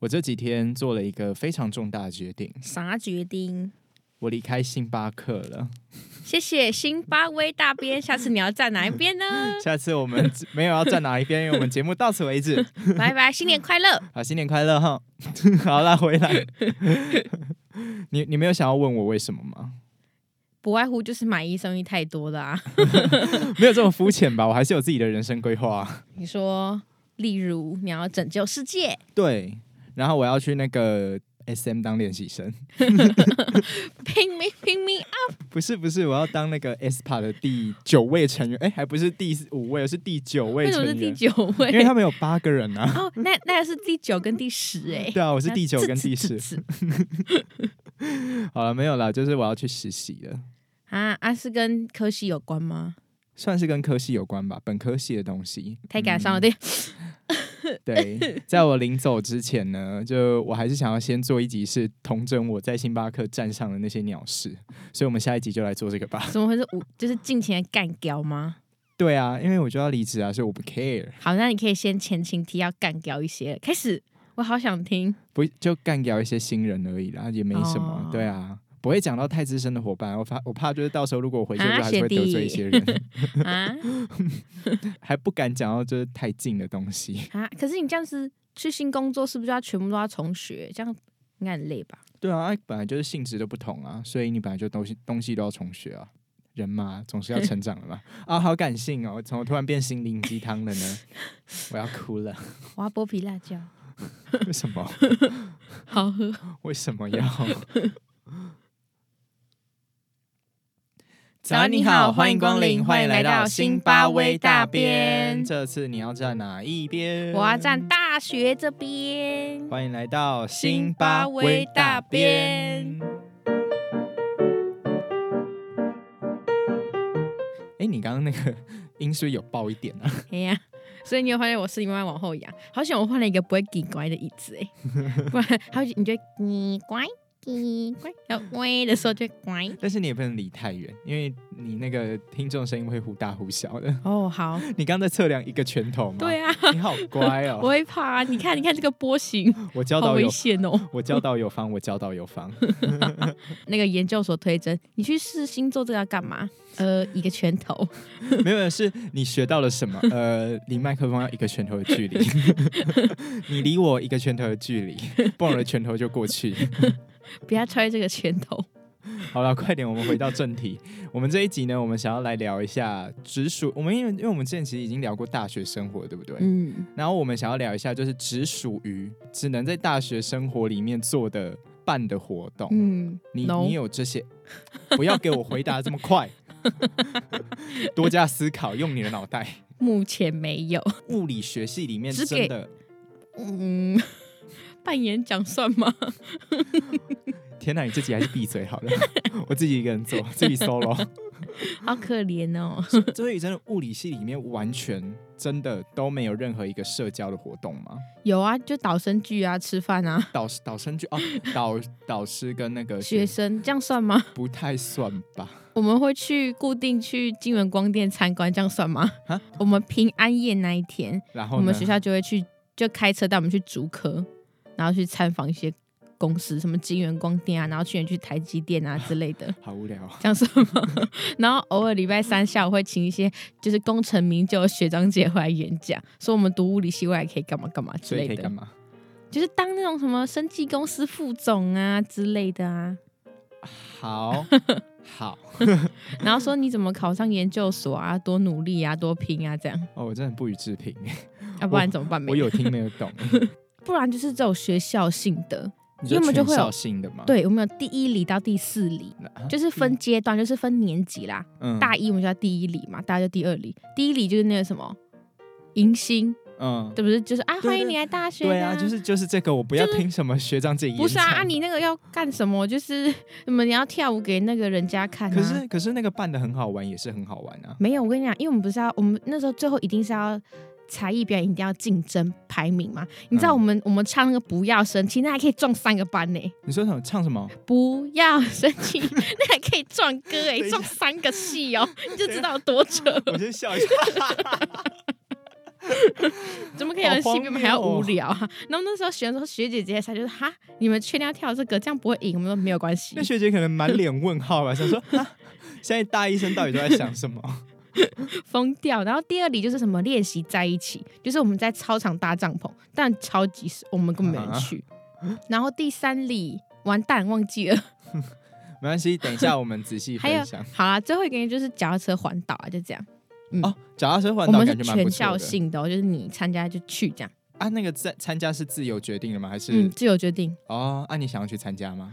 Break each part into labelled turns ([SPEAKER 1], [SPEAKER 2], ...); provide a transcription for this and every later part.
[SPEAKER 1] 我这几天做了一个非常重大的决定，
[SPEAKER 2] 啥决定？
[SPEAKER 1] 我离开星巴克了。
[SPEAKER 2] 谢谢辛巴威大边，下次你要站哪一边呢？
[SPEAKER 1] 下次我 们没有要站哪一边，因为我们节目到此为止。
[SPEAKER 2] 拜拜，新年快乐！
[SPEAKER 1] 好，新年快乐哈！ 好啦，回来。你你没有想要问我为什么吗？
[SPEAKER 2] 不外乎就是买一送一太多了啊。
[SPEAKER 1] 没有这么肤浅吧？我还是有自己的人生规划啊。
[SPEAKER 2] 你说，例如你要拯救世界，
[SPEAKER 1] 对，然后我要去那个 SM 当练习生，
[SPEAKER 2] 拼命拼命啊！
[SPEAKER 1] 不是不是，我要当那个 SPA 的第九位成员，哎，还不是第五位，是第九位
[SPEAKER 2] 为什
[SPEAKER 1] 成
[SPEAKER 2] 么是
[SPEAKER 1] 员，
[SPEAKER 2] 第九位？
[SPEAKER 1] 因为他们有八个人啊。
[SPEAKER 2] 哦，那那是第九跟第十哎、
[SPEAKER 1] 对啊，我
[SPEAKER 2] 我
[SPEAKER 1] 是第九跟第十。
[SPEAKER 2] 十
[SPEAKER 1] 好了，没有啦，就是我要去实习了，
[SPEAKER 2] 啊啊，是跟科系有关吗？
[SPEAKER 1] 算是跟科系有关吧，本科系的东西。
[SPEAKER 2] 太感
[SPEAKER 1] 嗯
[SPEAKER 2] 伤了，对，
[SPEAKER 1] 对， 在我临走之前呢，就我还是想要先做一集是同整我在星巴克站上的那些鸟事，所以我们下一集就来做这个吧。
[SPEAKER 2] 怎么会是五？就是尽情的干掉吗？
[SPEAKER 1] 对啊，因为我就要离职啊，所以我不 care，
[SPEAKER 2] 好，那你可以先前情提要干掉一些，开始，我好想听。
[SPEAKER 1] 不就干掉一些新人而已啦，也没什么。
[SPEAKER 2] 哦
[SPEAKER 1] 对啊。不会讲到太资深的伙伴，我怕我怕就是到时候如果我回去，我
[SPEAKER 2] 啊
[SPEAKER 1] 就还是会
[SPEAKER 2] 学弟
[SPEAKER 1] 得罪一些人，
[SPEAKER 2] 啊
[SPEAKER 1] 还不敢讲到就是太近的东西。
[SPEAKER 2] 啊！可是你这样子去新工作，是不是要全部都要重学？这样应该很累吧？
[SPEAKER 1] 对啊，啊本来就是性质都不同啊，所以你本来就东西东西都要重学啊。人嘛，总是要成长的嘛。啊，好感性哦，怎么突然变心灵鸡汤了呢？我要哭了。
[SPEAKER 2] 我要剥皮辣椒，
[SPEAKER 1] 为什么？
[SPEAKER 2] 好喝。
[SPEAKER 1] 为什么要？
[SPEAKER 2] 早安你好欢迎光临欢迎来到辛巴威大边
[SPEAKER 1] 这次你要站哪一边？
[SPEAKER 2] 我要站大学这边。
[SPEAKER 1] 欢迎来到辛
[SPEAKER 2] 辛
[SPEAKER 1] 巴
[SPEAKER 2] 巴
[SPEAKER 1] 威
[SPEAKER 2] 威
[SPEAKER 1] 大
[SPEAKER 2] 大
[SPEAKER 1] 边
[SPEAKER 2] 边。
[SPEAKER 1] 哎，你刚刚那个音是不是有爆一 点啊？
[SPEAKER 2] 哎呀、所以你有发现我视力慢慢往后仰，好想我换了一个不会叽乖的椅子哎、不然还会你就会叽乖叽乖，然后喂的时候就会乖。
[SPEAKER 1] 但是你也不能离太远，因为你那个听众声音会忽大忽小的。
[SPEAKER 2] 哦，好，
[SPEAKER 1] 你刚刚在测量一个拳头吗？
[SPEAKER 2] 对啊，
[SPEAKER 1] 你好乖
[SPEAKER 2] 我
[SPEAKER 1] 哦！
[SPEAKER 2] 会怕。啊你看，你看这个波形，
[SPEAKER 1] 我教
[SPEAKER 2] 好
[SPEAKER 1] 导有
[SPEAKER 2] 危，险哦。
[SPEAKER 1] 我教导有方，我教导有方。
[SPEAKER 2] 那个研究所推甄，你去试星座这个要干嘛？呃，一个拳头，
[SPEAKER 1] 没有，是你学到了什么？呃，离麦克风要一个拳头的 距离，你离我一个拳头的距离，不然我的拳头就过去。
[SPEAKER 2] 不要揣这个拳头。
[SPEAKER 1] 好了，快点，我们回到正题。 我们这一集呢，我们想要来聊一下直属。我们因为因为我们之前其实已经聊过大学生活，对不对？
[SPEAKER 2] 嗯，
[SPEAKER 1] 然后我们想要聊一下，就是只属于只能在大学生活里面做的办的活动。
[SPEAKER 2] 嗯，
[SPEAKER 1] 你
[SPEAKER 2] no
[SPEAKER 1] 你有这些，不要给我回答这么 快，多加思考，用你的脑袋。
[SPEAKER 2] 目前没有。
[SPEAKER 1] 物理学系里面
[SPEAKER 2] 只
[SPEAKER 1] 真
[SPEAKER 2] 给
[SPEAKER 1] 的，
[SPEAKER 2] 嗯，办演讲算吗？
[SPEAKER 1] 天哪，你自己还是闭嘴好了，我自己一个人做，自己 solo。
[SPEAKER 2] 好可怜哦。
[SPEAKER 1] 所以真 的物理系里面完全真的都没有任何一个社交的活动吗？
[SPEAKER 2] 有啊，就导生剧啊，吃饭啊，
[SPEAKER 1] 导师导生剧哦， 导导师跟那个
[SPEAKER 2] 学生这样算吗？
[SPEAKER 1] 不太算吧？
[SPEAKER 2] 我们会去固定去金门光电参观，这样算吗
[SPEAKER 1] 啊？
[SPEAKER 2] 我们平安夜那一天，
[SPEAKER 1] 然后
[SPEAKER 2] 我
[SPEAKER 1] 呢。
[SPEAKER 2] 们学校就会去，就开车带我们去竹科，然后去参访一些公司，什么金源光电啊，然后去年去台积电啊之类的
[SPEAKER 1] 好无聊哦，
[SPEAKER 2] 这样算吗？ 然后偶尔礼拜三下午会请一些就是功成名就的学长姐回来演讲，说我们读物理系未来可以干嘛干嘛之
[SPEAKER 1] 所以可
[SPEAKER 2] 类
[SPEAKER 1] 以干
[SPEAKER 2] 的，
[SPEAKER 1] 嘛？
[SPEAKER 2] 就是当那种什么生技公司副总啊之类的啊。
[SPEAKER 1] 好好
[SPEAKER 2] 然后说你怎么考上研究所啊， 多努力啊，多拼啊，这样，
[SPEAKER 1] 哦，我真的不予置评，
[SPEAKER 2] 要、不然怎么办？
[SPEAKER 1] 我有听没有懂。
[SPEAKER 2] 不然就是这种学校性的，
[SPEAKER 1] 你
[SPEAKER 2] 因为我
[SPEAKER 1] 说
[SPEAKER 2] 们就
[SPEAKER 1] 全
[SPEAKER 2] 会有
[SPEAKER 1] 校性的吗？
[SPEAKER 2] 对我们有第一里到第四里，
[SPEAKER 1] 啊，
[SPEAKER 2] 就是分阶段，就是分年级啦。
[SPEAKER 1] 嗯
[SPEAKER 2] 大一我们就叫第一里嘛，大家就第二里，第一里就是那个什么迎新，
[SPEAKER 1] 嗯，
[SPEAKER 2] 对不对？就是啊，
[SPEAKER 1] 对
[SPEAKER 2] 欢迎你来大学、
[SPEAKER 1] 对啊，就是就是这个，我不要
[SPEAKER 2] 就是
[SPEAKER 1] 听什么学长姐演
[SPEAKER 2] 不是啊？
[SPEAKER 1] 讲
[SPEAKER 2] 啊，你那个要干什么？就是什么你要跳舞给那个人家看、啊？
[SPEAKER 1] 可是可是那个办的很好玩，也是很好玩啊。
[SPEAKER 2] 没有，我跟你讲，因为我们不是要，我们那时候最后一定是要才艺表演，一定要竞争排名嘛。你知道
[SPEAKER 1] 嗯
[SPEAKER 2] 我们、我们唱那个不要生气，那还可以撞三个班呢、
[SPEAKER 1] 你说什么唱什么？
[SPEAKER 2] 不要生 气，那还可以撞歌哎、撞三个戏哦、你就知道有多扯。
[SPEAKER 1] 我先笑一下。
[SPEAKER 2] 怎么可以玩戏比我们还要
[SPEAKER 1] 好荒谬哦
[SPEAKER 2] 无聊 啊？然后那时候学的时候，学姐姐才就是哈，你们确定要跳这个，这样不会赢，我们说没有关系
[SPEAKER 1] 那。学姐可能满脸问号吧，想 说啊现在大一生到底都在想什么？
[SPEAKER 2] 疯掉。然后第二里就是什么练习在一起，就是我们在操场搭帐篷，但超级少我们根本没人去。
[SPEAKER 1] 啊
[SPEAKER 2] 然后第三里完蛋忘记了，
[SPEAKER 1] 没关系，等一下我们仔细
[SPEAKER 2] 还有
[SPEAKER 1] 分享。
[SPEAKER 2] 好啦，最后一个就是脚踏车环岛啊，就这样。
[SPEAKER 1] 哦，脚踏车环
[SPEAKER 2] 我
[SPEAKER 1] 岛
[SPEAKER 2] 们是
[SPEAKER 1] 感觉蛮
[SPEAKER 2] 全
[SPEAKER 1] 不错
[SPEAKER 2] 校
[SPEAKER 1] 的
[SPEAKER 2] 性的、哦，就是你参加就去这样，
[SPEAKER 1] 啊。那个参参加是自由决定的吗？还是、
[SPEAKER 2] 嗯，自由决定。
[SPEAKER 1] 哦？啊，你想要去参加 吗？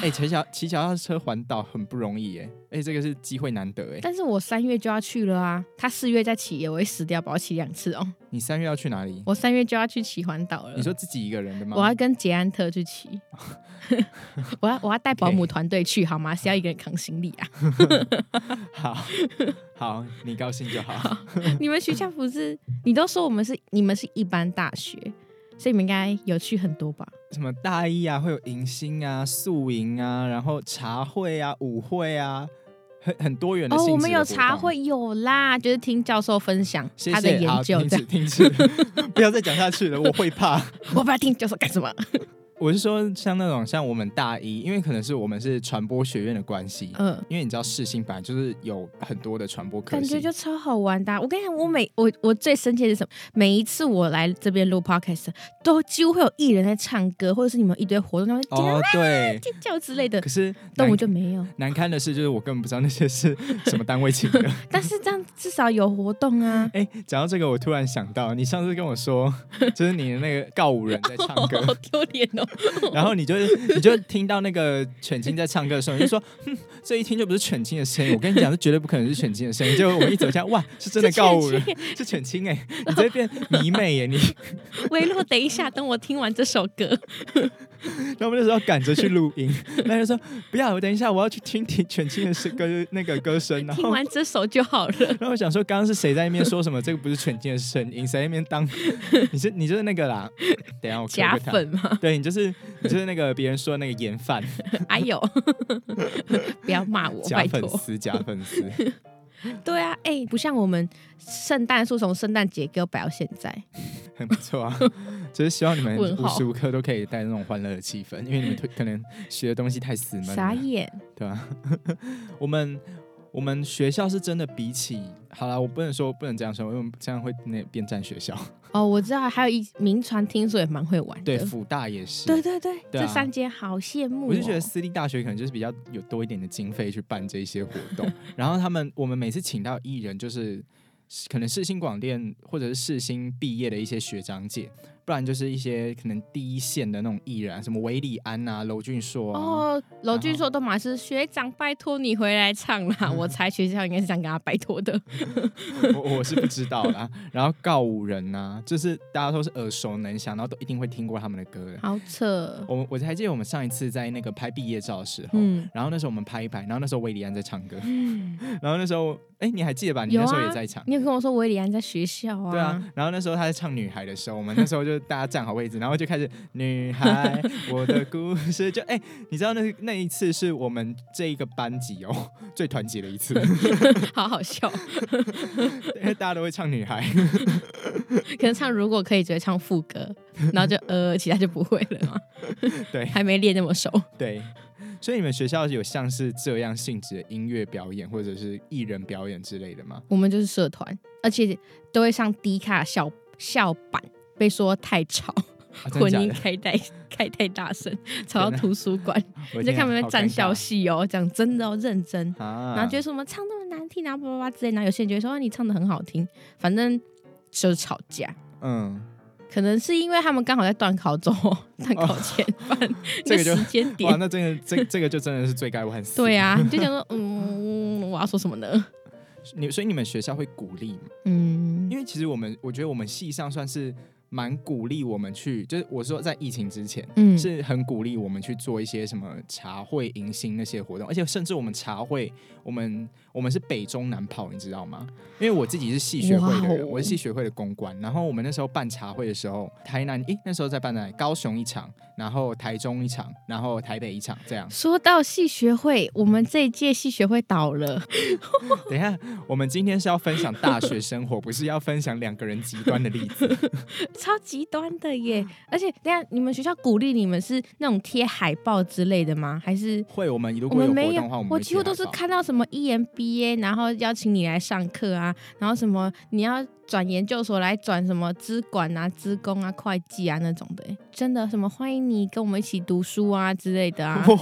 [SPEAKER 1] 哎、骑脚骑脚踏车环岛很不容易耶，哎、这个是机会难得哎。
[SPEAKER 2] 但是我三月就要去了啊，他四月再骑耶，我会死掉，保骑两次哦。
[SPEAKER 1] 你三月要去哪里？
[SPEAKER 2] 我三月就要去骑环岛了
[SPEAKER 1] 你。说自己一个人的吗？
[SPEAKER 2] 我要跟捷安特去骑， 我要我要带保姆团队去好吗？谁要一个人扛行李啊？
[SPEAKER 1] 好好，你高兴就好。
[SPEAKER 2] 你们学校不是？你都说我们是你们是一般大学，所以你们应该有去很多吧？
[SPEAKER 1] 什么大一啊，会有迎新啊、宿营啊，然后茶会啊、舞会啊，很很多元的
[SPEAKER 2] 哦，
[SPEAKER 1] 性质的
[SPEAKER 2] 我们有
[SPEAKER 1] 活动
[SPEAKER 2] 茶。会有啦，就是听教授分享
[SPEAKER 1] 谢谢
[SPEAKER 2] 他的研
[SPEAKER 1] 好
[SPEAKER 2] 究
[SPEAKER 1] 停
[SPEAKER 2] 这
[SPEAKER 1] 止
[SPEAKER 2] 样。
[SPEAKER 1] 停止， 不要再讲下去了，我会怕。
[SPEAKER 2] 我不要听教授干什么？
[SPEAKER 1] 我是说，像那种像我们大一，因为可能是我们是传播学院的关系，
[SPEAKER 2] 嗯，
[SPEAKER 1] 因为你知道世新本来就是有很多的传播科
[SPEAKER 2] 感觉
[SPEAKER 1] 系
[SPEAKER 2] 就，超好玩的啊、我跟你讲，我每我我最生气的是什么？每一次我来这边录 podcast，都几乎会有艺人在唱歌，或者是你们有一堆活动，然后尖
[SPEAKER 1] 哦对，
[SPEAKER 2] 尖叫之类的
[SPEAKER 1] 可。哎是
[SPEAKER 2] 但
[SPEAKER 1] 难
[SPEAKER 2] 我就没有，
[SPEAKER 1] 难堪的是，就是我根本不知道那些是什么单位请的。。
[SPEAKER 2] 但是这样至少有活动啊
[SPEAKER 1] 哎、讲到这个，我突然想到，你上次跟我说，就是你的那个告五 人在唱歌，
[SPEAKER 2] 好丢脸哦！
[SPEAKER 1] 然后你就你就听到那个犬青在唱歌的时候，你就说，哼，这一听就不是犬青的声音。我跟你讲，这绝对不可能是犬青的声音。结果我一走下，哇，是真的告五人，是犬青哎、你这变迷妹耶、你。
[SPEAKER 2] 维洛，等一下，等我听完这首歌。
[SPEAKER 1] 然后我们那时候赶着去录音，那就说不要，我等一下我要去听听犬青的声歌那个歌声， 然
[SPEAKER 2] 听
[SPEAKER 1] 后。
[SPEAKER 2] 完这首就好 了。
[SPEAKER 1] 然后我想说，刚刚是谁在那边说什么？这个不是犬青的声音，谁在那边当？ 你是你就是那个啦。等一下我 Q
[SPEAKER 2] 假
[SPEAKER 1] 个他，
[SPEAKER 2] 粉吗？
[SPEAKER 1] 对你就是你就是那个别人说那个盐饭
[SPEAKER 2] 哎呦，不要骂 我，
[SPEAKER 1] 假
[SPEAKER 2] 拜
[SPEAKER 1] 粉
[SPEAKER 2] 托。
[SPEAKER 1] 丝假粉丝。
[SPEAKER 2] 对啊，哎、不像我们圣诞树从圣诞节给我摆到现在，
[SPEAKER 1] 很不错 啊，只是希望你们
[SPEAKER 2] 问
[SPEAKER 1] 无
[SPEAKER 2] 号
[SPEAKER 1] 时无刻都可以带那种欢乐的气氛，因为你们推可能学的东西太死闷
[SPEAKER 2] 傻
[SPEAKER 1] 了，
[SPEAKER 2] 眼。
[SPEAKER 1] 对吧、 我们我们学校是真的比起，好啦，我不能说不能这样说，因为这样会那变战学校。
[SPEAKER 2] 哦，我知道，还有一名传，听说也蛮会玩的。
[SPEAKER 1] 对，辅大也是。
[SPEAKER 2] 对对对
[SPEAKER 1] 对啊
[SPEAKER 2] 这三节好羡慕、哦。
[SPEAKER 1] 我就觉得私立大学可能就是比较有多一点的经费去办这一些活动，然后他们我们每次请到艺人，就是可能世新广电或者是世新毕业的一些学长姐，不然就是一些可能第一线的那种艺人啊，什么韦礼安啊、娄俊硕啊，
[SPEAKER 2] 哦，楼俊硕都马是学长，拜托你回来唱啦！
[SPEAKER 1] 嗯
[SPEAKER 2] 我猜学校应该是这样跟他拜托的。
[SPEAKER 1] 我我是不知道啦。 然后告五人呐、就是大家都是耳熟能详，然后都一定会听过他们的歌的。
[SPEAKER 2] 好扯，
[SPEAKER 1] 我我还记得我们上一次在那个拍毕业照的时候，
[SPEAKER 2] 嗯，
[SPEAKER 1] 然后那时候我们拍一拍，然后那时候韦礼安在唱歌， 然后那时候哎、你还记得吧？你
[SPEAKER 2] 有
[SPEAKER 1] 那时候
[SPEAKER 2] 啊
[SPEAKER 1] 也在场。
[SPEAKER 2] 你有跟我说维里安在学校啊？
[SPEAKER 1] 对啊，然后那时候他在唱《女孩》的时候，我们那时候就大家站好位置，然后就开始《女孩》，我的故事就哎、你知道那那一次是我们这一个班级哦 最团结的一 次，
[SPEAKER 2] 好好笑。
[SPEAKER 1] 因为大家都会唱《女孩》，
[SPEAKER 2] 可能唱如果可以，只会唱副歌，然后就呃，其他就不会了嘛。
[SPEAKER 1] 对
[SPEAKER 2] 还没练那么熟。
[SPEAKER 1] 对，所以你们学校有像是这样性质的音乐表演或者是艺人表演之类的吗？
[SPEAKER 2] 我们就是社团，而且都会上低卡校校版，被说太吵，
[SPEAKER 1] 啊、真的
[SPEAKER 2] 混
[SPEAKER 1] 假
[SPEAKER 2] 音
[SPEAKER 1] 的？
[SPEAKER 2] 开太开太大声，吵到
[SPEAKER 1] 天哪
[SPEAKER 2] 图书馆。
[SPEAKER 1] 我
[SPEAKER 2] 你
[SPEAKER 1] 的
[SPEAKER 2] 就
[SPEAKER 1] 天啊
[SPEAKER 2] 看我们在
[SPEAKER 1] 好
[SPEAKER 2] 占
[SPEAKER 1] 尴
[SPEAKER 2] 校
[SPEAKER 1] 尬
[SPEAKER 2] 系哦，讲真的哦，认真。
[SPEAKER 1] 啊，
[SPEAKER 2] 然后就说什么唱那么难听，然后叭叭叭之类，然后有些人就会说、啊、你唱的很好听，反正就是吵架。
[SPEAKER 1] 嗯，
[SPEAKER 2] 可能是因为他们刚好在断考中，哦断考前 半、
[SPEAKER 1] 哦这
[SPEAKER 2] 那
[SPEAKER 1] 个就
[SPEAKER 2] 个时间
[SPEAKER 1] 哇，
[SPEAKER 2] 点。
[SPEAKER 1] 那这个这这个就真的是罪该万死。
[SPEAKER 2] 对啊，你就想说，嗯，我要说什么呢？
[SPEAKER 1] 你所以你们学校会鼓励吗？
[SPEAKER 2] 嗯
[SPEAKER 1] 因，为其实我们我觉得我们系上算是蛮鼓励我们去，就是我说在疫情之前。
[SPEAKER 2] 嗯，
[SPEAKER 1] 是很鼓励我们去做一些什么茶会迎新那些活动，而且甚至我们茶会，我们我们是北中南跑，你知道吗？因为我自己是戏学会的
[SPEAKER 2] 哇
[SPEAKER 1] 人，
[SPEAKER 2] 哦。
[SPEAKER 1] 我是戏学会的公关。然后我们那时候办茶会的时候，台南诶那时候在办在高雄一场，然后台中一场，然后台北一场，这样
[SPEAKER 2] 说到戏学会，我们这一届戏学会倒 了，
[SPEAKER 1] 等一下，我们今天是要分享大学生活，不是要分享两个人极端的例 子。
[SPEAKER 2] 超极端的耶！而且，等一下你们学校鼓励你们是那种贴海报之类的吗？还是
[SPEAKER 1] 会，我们如
[SPEAKER 2] 我
[SPEAKER 1] 果
[SPEAKER 2] 们
[SPEAKER 1] 有活
[SPEAKER 2] 没
[SPEAKER 1] 动
[SPEAKER 2] 有
[SPEAKER 1] 的话，我，们
[SPEAKER 2] 我
[SPEAKER 1] 会
[SPEAKER 2] 几乎
[SPEAKER 1] 贴
[SPEAKER 2] 都
[SPEAKER 1] 海
[SPEAKER 2] 是
[SPEAKER 1] 报
[SPEAKER 2] 看到什么 EMBA，然后邀请你来上课啊，然后什么你要转研究所来转什么资管啊、资工啊、会计啊那种的耶，真的什么欢迎你跟我们一起读书啊之类的 啊。
[SPEAKER 1] 哇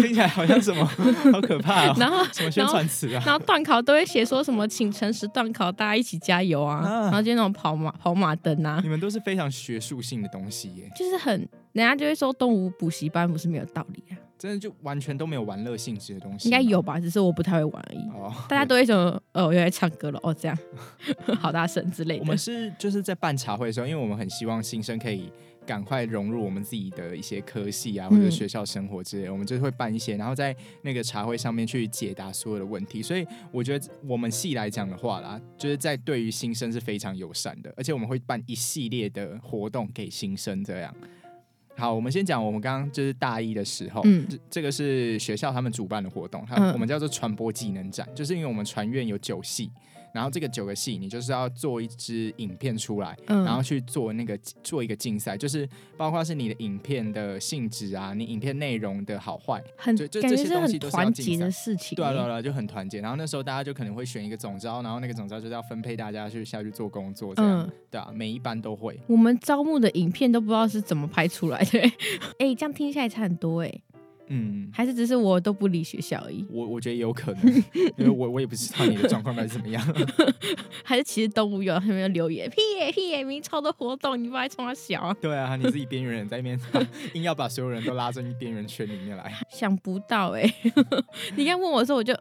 [SPEAKER 1] 听起来好像什么， 好可怕哦！
[SPEAKER 2] 然后
[SPEAKER 1] 什么宣
[SPEAKER 2] 然后
[SPEAKER 1] 传词 啊？
[SPEAKER 2] 然后断考都会写说什么请诚实断考，大家一起加油啊！
[SPEAKER 1] 啊
[SPEAKER 2] 然后就那种跑马跑马灯啊，
[SPEAKER 1] 你们都是非常学术性的东西耶，
[SPEAKER 2] 就是很人家就会说动物补习班不是没有道理啊，
[SPEAKER 1] 真的就完全都没有玩乐性质的东西。
[SPEAKER 2] 应该有吧，只是我不太会玩而已。
[SPEAKER 1] 哦，
[SPEAKER 2] 大家都会说呃，我又在唱歌了哦，这样 好大声之类
[SPEAKER 1] 我
[SPEAKER 2] 的。
[SPEAKER 1] 们是就是在办茶会的时候，因为我们很希望新生可以赶快融入我们自己的一些科系啊，或者
[SPEAKER 2] 嗯
[SPEAKER 1] 学校生活之类，我们就会办一些，然后在那个茶会上面去解答所有的问题。所以我觉得我们系来讲的话啦，就是在对于新生是非常友善的，而且我们会办一系列的活动给新生这样。好，我们先讲我们刚刚就是大一的时候，
[SPEAKER 2] 嗯
[SPEAKER 1] 这这个是学校他们主办的活动，它、
[SPEAKER 2] 嗯
[SPEAKER 1] 我们叫做传播技能展，就是因为我们传院有九系，然后这个九个系你就是要做一支影片出来，
[SPEAKER 2] 嗯
[SPEAKER 1] 然后去做那个做一个竞赛，就是包括是你的影片的性质啊，你影片内容的好坏，
[SPEAKER 2] 很
[SPEAKER 1] 就就
[SPEAKER 2] 感
[SPEAKER 1] 这
[SPEAKER 2] 觉
[SPEAKER 1] 些
[SPEAKER 2] 是
[SPEAKER 1] 东西
[SPEAKER 2] 很
[SPEAKER 1] 都是要
[SPEAKER 2] 团
[SPEAKER 1] 竞
[SPEAKER 2] 结
[SPEAKER 1] 赛
[SPEAKER 2] 的事情耶。
[SPEAKER 1] 对啊对啊对啊，就很团结。然后那时候大家就可能会选一个总招，然后那个总招就是要分配大家去下去做工作这样，
[SPEAKER 2] 嗯
[SPEAKER 1] 对啊，每一班都会。
[SPEAKER 2] 我们招募的影片都不知道是怎么拍出来的。 哎、这样听下来差很多哎，
[SPEAKER 1] 嗯，
[SPEAKER 2] 还是只是我都不理学校而已，
[SPEAKER 1] 我我觉得有可能，因为我我也不知道你的状况到底怎么样。
[SPEAKER 2] 还是其实动物园他们有留言屁耶屁耶，明明超多活动，你不爱冲他小啊？
[SPEAKER 1] 对啊，你自己边缘人在那边 硬要把所有人都拉进边缘圈里面来，
[SPEAKER 2] 想不到哎、 你刚问我的时候我就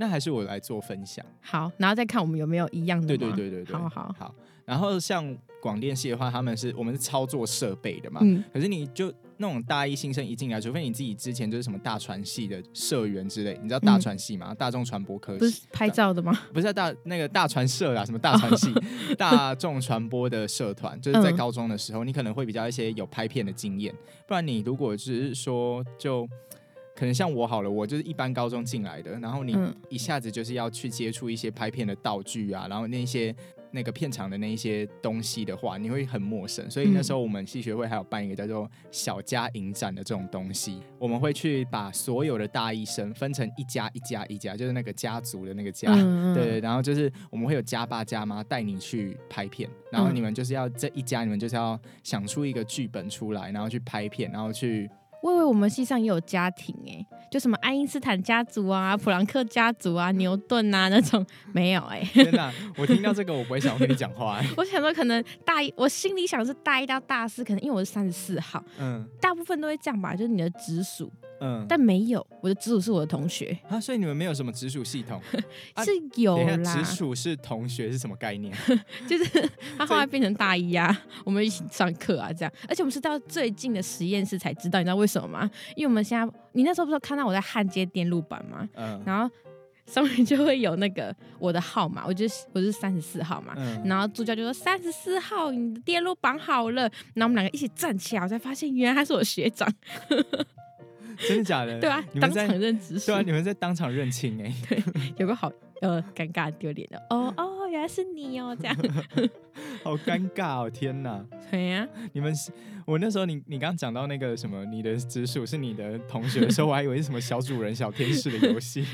[SPEAKER 1] 那还是我来做分享。
[SPEAKER 2] 好，然后再看我们有没有一样的。
[SPEAKER 1] 对对，对对对，
[SPEAKER 2] 好好
[SPEAKER 1] 好。然后像广电系的话，他们是我们是操作设备的嘛，
[SPEAKER 2] 嗯
[SPEAKER 1] 可是你就那种大一新生一进来，除非你自己之前就是什么大传系的社员之类，你知道大传系吗？大众传播科
[SPEAKER 2] 嗯不
[SPEAKER 1] 系
[SPEAKER 2] 是拍照的吗？
[SPEAKER 1] 不是大那个大传社啦，什么大传系、大众传播的社团，就是在
[SPEAKER 2] 哦嗯
[SPEAKER 1] 高中的时候，你可能会比较一些有拍片的经验，不然你如果只是说就。可能像我好了，我就是一般高中进来的，然后你
[SPEAKER 2] 嗯
[SPEAKER 1] 一下子就是要去接触一些拍片的道具啊，然后那些那个片场的那一些东西的话，你会很陌生。所以那时
[SPEAKER 2] 嗯
[SPEAKER 1] 候我们戏学会还有办一个叫做“小家影展”的这种东西，我们会去把所有的大一生分成一家一家一家，就是那个家族的那个家，
[SPEAKER 2] 嗯，嗯
[SPEAKER 1] 对，，然后就是我们会有家爸家妈带你去拍片，然后
[SPEAKER 2] 嗯
[SPEAKER 1] 你们就是要这一家，你们就是要想出一个剧本出来，然后去拍片，然后 去
[SPEAKER 2] 我以为我们系上也有家庭哎、就什么爱因斯坦家族啊、普朗克家族啊、牛顿啊那种，没有哎、
[SPEAKER 1] 天哪！我听到这个，我不会想要跟你讲话、欸。
[SPEAKER 2] 我想说，可能大一，我心里想是大一到大四，可能因为我是三十四号，
[SPEAKER 1] 嗯
[SPEAKER 2] 大部分都会这样吧，就是你的直属，
[SPEAKER 1] 嗯，
[SPEAKER 2] 但没有，我的直属是我的同学，
[SPEAKER 1] 啊，所以你们没有什么直属系统？啊
[SPEAKER 2] 是有
[SPEAKER 1] 等一
[SPEAKER 2] 啦
[SPEAKER 1] 下，，直属是同学是什么概念？
[SPEAKER 2] 就是他后来变成大一啊，我们一起上课啊，这样，而且我们是到最近的实验室才知道，你知道为什么吗？因为我们现在，你那时候不是有看到我在焊接电路板吗？
[SPEAKER 1] 嗯
[SPEAKER 2] 然后上面就会有那个我的号码，我就是我是三十四号嘛。
[SPEAKER 1] 嗯，
[SPEAKER 2] 然后助教就说：“三十四号，你的电路板好了。”然后我们两个一起站起来，我才发现原来他是我学长，
[SPEAKER 1] 真的假的？
[SPEAKER 2] 对啊，
[SPEAKER 1] 你
[SPEAKER 2] 当
[SPEAKER 1] 们在
[SPEAKER 2] 场认直属
[SPEAKER 1] 对啊，，你们在当场认亲哎、
[SPEAKER 2] 有个好呃尴尬丢脸的哦哦，原来是你哦， 这样
[SPEAKER 1] 好尴尬哦！天哪，
[SPEAKER 2] 对啊呀、
[SPEAKER 1] 你们是我那时候你你刚讲到那个什么，你的直属是你的同学的时候，我还以为是什么小主人小天使的游 戏，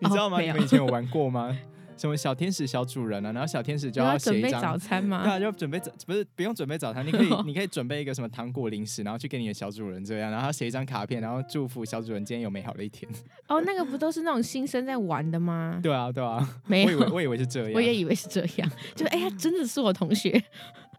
[SPEAKER 1] 你知道吗？
[SPEAKER 2] 哦没
[SPEAKER 1] 你
[SPEAKER 2] 有
[SPEAKER 1] 们以前有玩过吗？什么小天使小主人啊，然后小天使
[SPEAKER 2] 你
[SPEAKER 1] 就
[SPEAKER 2] 要
[SPEAKER 1] 写
[SPEAKER 2] 准
[SPEAKER 1] 一
[SPEAKER 2] 备
[SPEAKER 1] 张
[SPEAKER 2] 早餐
[SPEAKER 1] 对
[SPEAKER 2] 吗？
[SPEAKER 1] 啊，就准备早不是不用准备早餐，你可以
[SPEAKER 2] 哦
[SPEAKER 1] 你可以准备一个什么糖果零食，然后去给你的小主人这样，然后他写一张卡片，然后祝福小主人今天有美好的一天。
[SPEAKER 2] 哦，那个不都是那种新生在玩的吗？
[SPEAKER 1] 对啊，对啊，
[SPEAKER 2] 没
[SPEAKER 1] 我以
[SPEAKER 2] 有
[SPEAKER 1] 为，我嗯以为是这
[SPEAKER 2] 我也
[SPEAKER 1] 样。
[SPEAKER 2] 以为是这样，就哎呀，真的是我同学，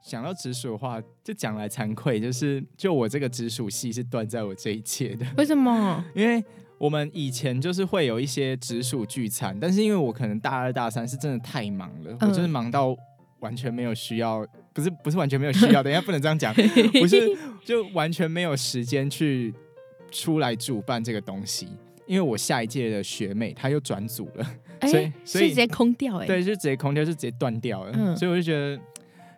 [SPEAKER 1] 想到直属的话，就讲来惭愧，就是就我这个直属系是断在我这一切的，
[SPEAKER 2] 为什么？
[SPEAKER 1] 因为。我们以前就是会有一些直属聚餐，但是因为我可能大二大三是真的太忙了，
[SPEAKER 2] 嗯
[SPEAKER 1] 我真的忙到完全没有需要不是不是完全没有 需要，等一下不能这样讲，不是就完全没有时间去出来主办这个东西，因为我下一届的学妹她又转组了，
[SPEAKER 2] 哎、
[SPEAKER 1] 所以
[SPEAKER 2] 是
[SPEAKER 1] 所以
[SPEAKER 2] 直接空掉哎、
[SPEAKER 1] 对，就直接空调就直接断掉了，
[SPEAKER 2] 嗯
[SPEAKER 1] 所以我就觉得，